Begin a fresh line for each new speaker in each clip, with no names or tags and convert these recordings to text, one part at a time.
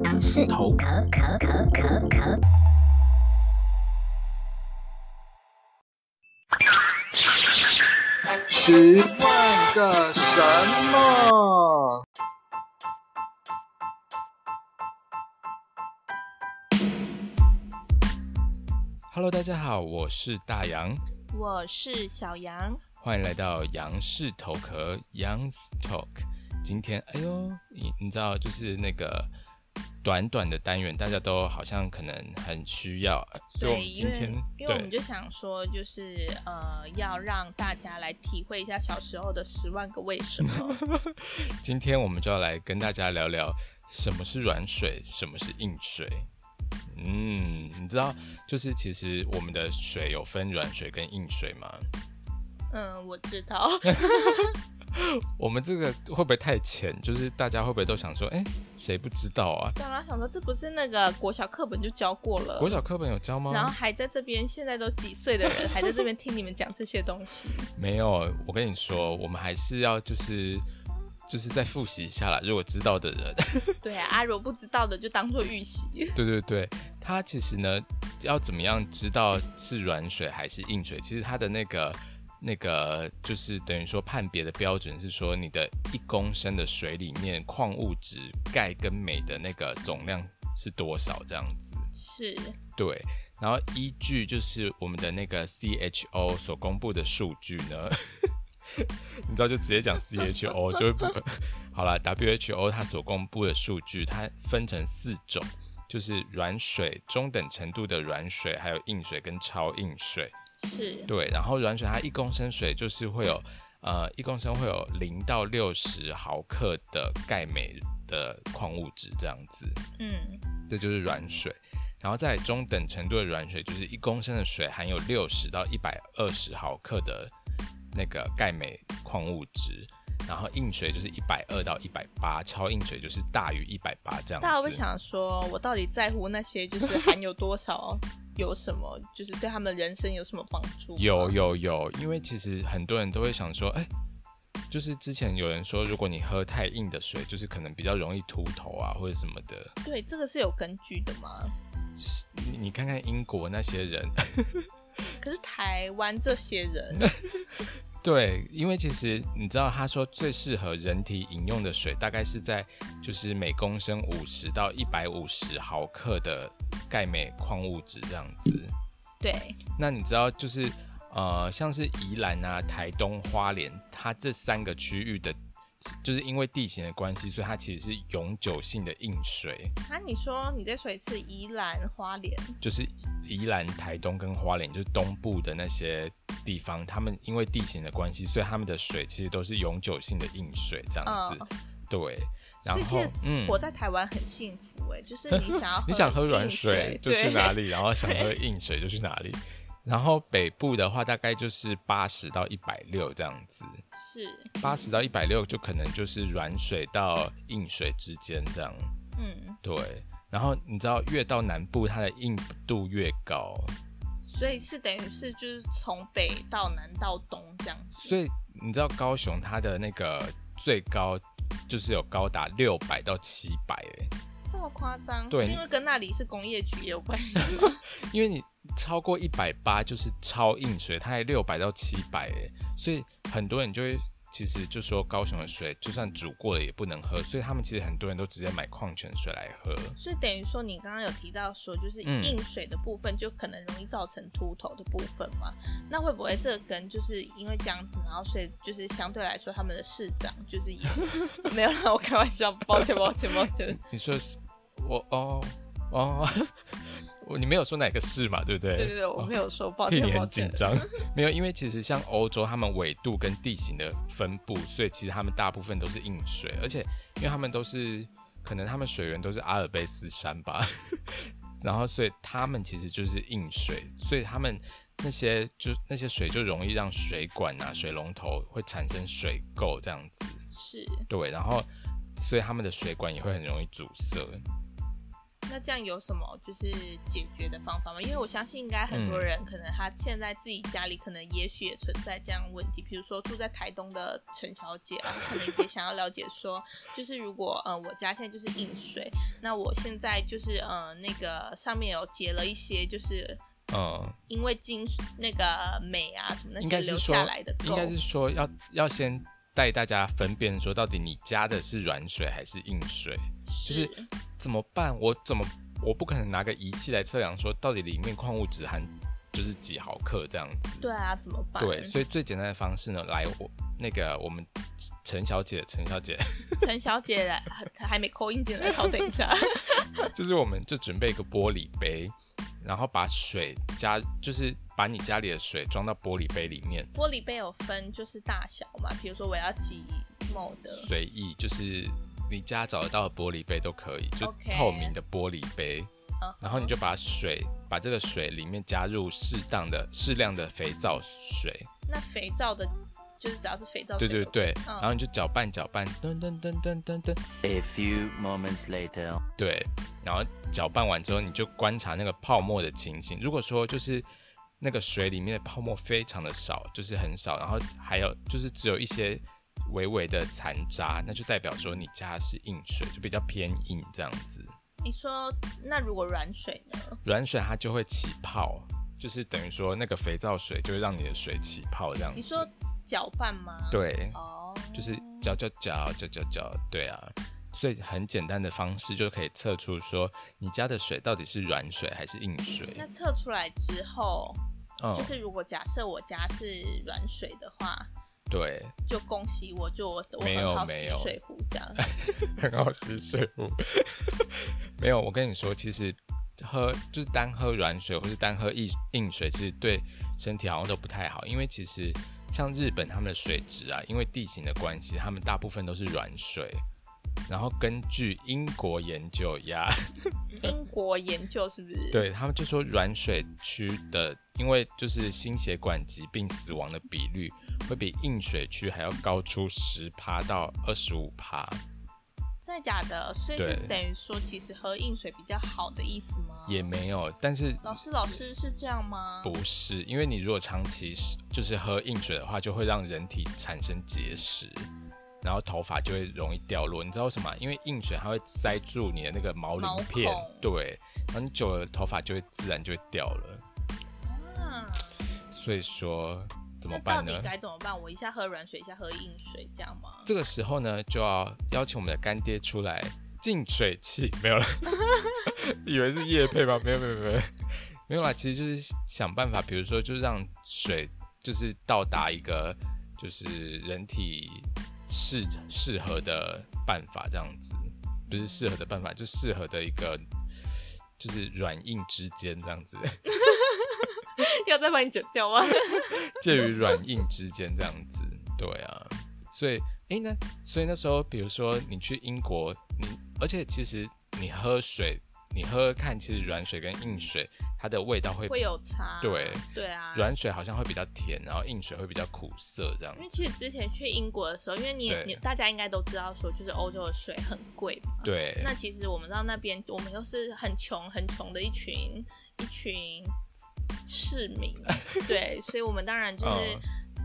万事头壳壳壳壳壳。
十万个什么？
Hello，大家好，我是大杨，
我是小杨，
欢迎来到杨氏头壳 Young's Talk。今天，哎呦，你你知道，就是那个短短的单元，大家都好像可能很需要，呃所以我
对，
们
因
今
为
天
因为我们
对
就想说，就是呃，要让大家来体会一下小时候的十万个为什么。
今天我们就要来跟大家聊聊什么是软水，什么是硬水。嗯，你知道，就是其实我们的水有分软水跟硬水嘛。
嗯，我知道，
我们这个会不会太浅？就是大家会不会都想说，哎、谁不知道啊？
刚刚想说这不是那个国小课本就教过了
国，小课本有教吗？
然后还在这边，现在都几岁的人还在这边听你们讲这些 东西。
没有，我跟你说，我们还是要就是就是再复习一下啦。如果知道的人，
对啊，阿柔不知道的就当做预习。
对对对，他其实呢，要怎么样知道是软水还是硬水？其实他的那个那个就是等于说判别的标准是说你的一公升的水里面矿物质钙跟镁的那个总量是多少这样子。
是，
对，然后依据就是我们的那个 CHO 所公布的数据呢， 你知道就直接讲 CHO 就会不好啦 WHO 它所公布的数据，它分成四种，就是软水、中等程度的软水，还有硬水跟超硬水。
是，
对，然后软水它一公升水就是会有，呃，一公升会有零到六十毫克的钙镁的矿物质这样子。
嗯，
这就是软水。然后在中等程度的软水，就是一公升的水含有六十到一百二十毫克的那个钙镁矿物质，然后硬水就是一百二到一百八，超硬水就是大于一百八这样子。
大家会想说，我到底在乎那些就是含有多少，有什么，就是对他们人生有什么帮助？
有。有有，因为其实很多人都会想说，哎、就是之前有人说，如果你喝太硬的水，就是可能比较容易秃头啊或者什么的。
对，这个是有根据的嘛？
你你看看英国那些人，
可是台湾这些人，
对，因为其实你知道，他说最适合人体饮用的水大概是在就是每公升五十到一百五十毫克的钙镁矿物质这样子。
对，
那你知道就是呃，像是宜兰啊、台东、花莲，它这三个区域的，就是因为地形的关系，所以它其实是永久性的硬水，
啊，你说你在水次宜兰花莲，
就是宜兰、台东跟花莲，就是东部的那些地方，他们因为地形的关系，所以他们的水其实都是永久性的硬水这样子。
嗯
对，然
所以
后
其实
嗯，
活在台湾很幸福哎、就是你想要
你想喝
硬
软
水
就去哪？
对
里，然后想喝硬水就去哪里。然后北部的话，大概就是八十到一百六这样子，
是，
八十到一百六就可能就是软水到硬水之间这样。
嗯，
对，然后你知道越到南部，它的硬度越高，
所以是等于是就是从北到南到东这样子。
所以你知道高雄它的那个最高就是有高达六百到七百哎，
这么夸张，
对
是因为跟那里是工业区也有关系吗。
因为你超过一百八就是超硬水，它还六百到七百哎，所以很多人就会其实就说高雄的水就算煮过了也不能喝，所以他们其实很多人都直接买矿泉水来喝。
所以等于说，你刚刚有提到说，就是
嗯
硬水的部分就可能容易造成秃头的部分嘛？那会不会这个跟就是因为这样子，然后所以就是相对来说，他们的市长就 是也没有让我开玩笑，抱歉抱歉抱歉，
你说是，我哦哦， 我你没有说哪个市嘛，对 不对？哦
对对对，我没有说抱
替
歉
你
抱
很
歉
紧，张， 没有，因为其实像欧洲，他们纬度跟地形的分布，所以其实他们大部分都是硬水，而且因为他们都是可能他们水源都是阿尔卑斯山吧， 然后所以他们其实就是硬水，所以他们那些就那些水就容易让水管啊、水龙头会产生水垢这样子，
是
对，然后所以他们的水管也会很容易阻塞，
那这样有什么就是解决的方法吗？因为我相信应该很多
嗯
人可能他现在自己家里可能也许也存在这样的问题，比如说住在台东的陈小姐啊，她可能也想要了解说，就是如果嗯、呃我家现在就是硬水，那我现在就是嗯、呃那个上面有结了一些就是。
嗯，
因为金属那个镁啊什么那
应
些
该
留
是说
下来的垢，
应该是说要要先带大家分辨说，到底你加的是软水还是硬水，就是是怎么办？我怎么我不可能拿个仪器来测量说到底里面矿物质含就是几毫克这样子。
对啊，怎么办？
对，所以最简单的方式呢，来我那个我们陈小姐，陈小姐，
陈小姐来还还没扣音进来，稍等一下。
就是我们就准备一个玻璃杯，然后把水加，就是把你家里的水装到玻璃杯里面，
玻璃杯有分就是大小嘛，比如说我要几 m 的，
随意就是你家找得到的玻璃杯都可以，就
OK
透明的玻璃杯
嗯
然后你就把水，把这个水里面加入适当的适量的肥皂水，
那肥皂的，就是只要是肥皂
对
水
对
都
对，
嗯
然后你就搅拌搅拌，噔噔噔噔噔噔，
A few moments later.
对，然后搅拌完之后，你就观察那个泡沫的情形。如果说就是那个水里面的泡沫非常的少，就是很少，然后还有就是只有一些微微的残渣，那就代表说你加的是硬水，就比较偏硬这样子。
你说那如果软水呢？
软水它就会起泡，就是等于说那个肥皂水就会让你的水起泡这样
你
子。
说搅拌吗？，
对，
哦，
就是搅搅搅搅搅搅，对啊。所以很简单的方式就可以测出说你家的水到底是软水还是硬水。
那测出来之后，
嗯
就是如果假设我家是软水的话，
对，
就恭喜我，就我我
没有
很好
没
洗
有
水壶 这样。
很好吃水壶。 没有，我跟你说，其实喝就是单喝软水或是单喝硬硬水，其实对身体好像都不太好，因为其实像日本他们的水质啊，因为地形的关系，他们大部分都是软水。然后根据英国研究呀，
英国研究是不是？，
对他们就说软水区的，因为就是心血管疾病死亡的比率会比硬水区还要高出十趴到二十五趴。
真的假的？所以是
对
等于说，其实喝硬水比较好的意思吗？
也没有，但是
老师，老师是这样吗？
不是，因为你如果长期是就是喝硬水的话，就会让人体产生结石，然后头发就会容易掉落。你知道为什么吗？因为硬水它会塞住你的那个毛
毛
鳞片
孔，
对，然后你久了头发就会自然就会掉了。
啊
所以说怎么
那到
办
底
呢？
该怎么办？我一下喝软水，一下喝硬水，这样吗？
这个时候呢，就要邀请我们的干爹出来净水器，没有了， 以为是叶配吗？没有没有没有没有啦，其实就是想办法，比如说就是让水就是到达一个就是人体适适合的办法，这样子不是适合的办法，就适合的一个就是软硬之间这样子，
要再把你剪掉吗？
介于软硬之间这样子，对啊，所以诶，那所以那时候，比如说你去英国，你而且其实你喝水，你喝喝看，其实软水跟硬水它的味道会
会有差。
对
对啊，
软水好像会比较甜，然后硬水会比较苦涩这样
因。为其实之前去英国的时候，因为你也
对
你大家应该都知道说，就是欧洲的水很贵嘛。。
对，
那其实我们到那边，我们又是很穷很穷的一群一群市 民，对，所以我们当然就是
嗯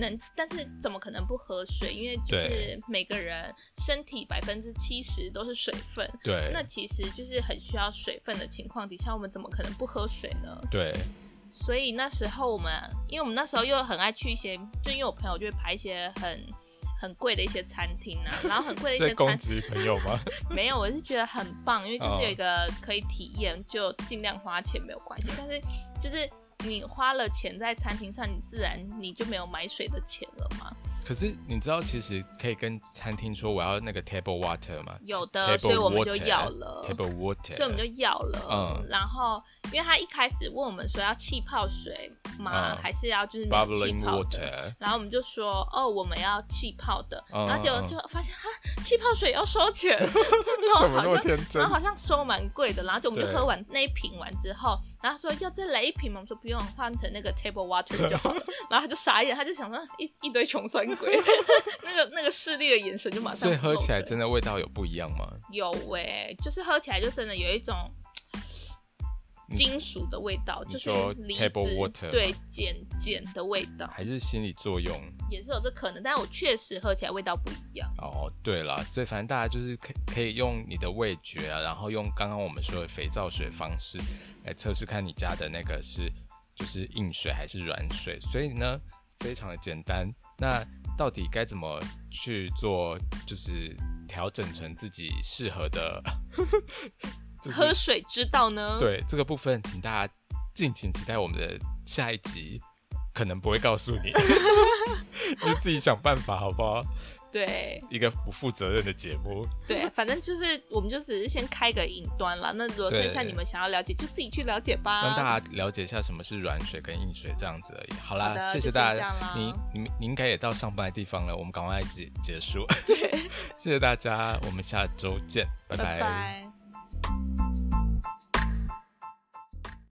能，但是怎么可能不喝水？因为就是
对
每个人身体百分之七十都是水分，
对
那其实就是很需要水分的情况底下，我们怎么可能不喝水呢？
对
所以那时候我们，因为我们那时候又很爱去一些，就因为我朋友就会排一些很很贵的一些餐厅啊，然后很贵的一 些餐
击朋友吗？
没有，我是觉得很棒，因为就是有一个可以体验，就尽量花钱没有关系，但是就是。你花了钱在餐厅上，你自然你就没有买水的钱了嘛？
可是你知道，其实可以跟餐厅说我要那个 table water 吗？
有的
Table
所以我们就
water，
要了
table water，
所以我们就要了。
嗯
然后，因为他一开始问我们说要气泡水吗？
嗯
还是要就是没有气
bubbling
泡的
water。
然后我们就说哦，我们要气泡的，
嗯
然后结果就发现哈，气泡水要收 钱，然后
怎么那
好
么
像
天真
然后好像收蛮贵的，然后就我们就
对
喝完那一瓶完之后，然后他说要再来一瓶嘛，我们说不用，换成那个 table water 就 好了，然后他就傻眼，他就想说一一堆穷酸鬼， 那个那个势利的眼神就马上
所以喝起来
露出来
真的味道有不一样吗？
欸有哎、就是喝起来就真的有一种金属的味道，
你
就是
说
离
table
子
water
对碱碱的味道，
还是心理作用？
也是有这可能，但我确实喝起来味道不一样。
哦，对了，所以反正大家就是可可以用你的味觉啊，然后用刚刚我们说的肥皂水方式来测试看你家的那个是就是硬水还是软水。所以呢，非常的简单。那到底该怎么去做？就是调整成自己适合的 就是
喝水之道呢？
对这个部分，请大家敬请期待我们的下一集，可能不会告诉 你， 你自己想办法好不好？
对
一个不负责任的节目，
对，反正就是我们就只是先开个引端了。那如果剩下
对
你们想要了解，就自己去了解
让
吧。
大家了解一下什么是软水跟硬水这样子而已。好啦，
好的
谢谢
就先
大
这
家
样啦，
你你你应该也到上班的地方了， 我们赶快结结束。对，谢谢大家，我们下周见，
拜
拜
拜。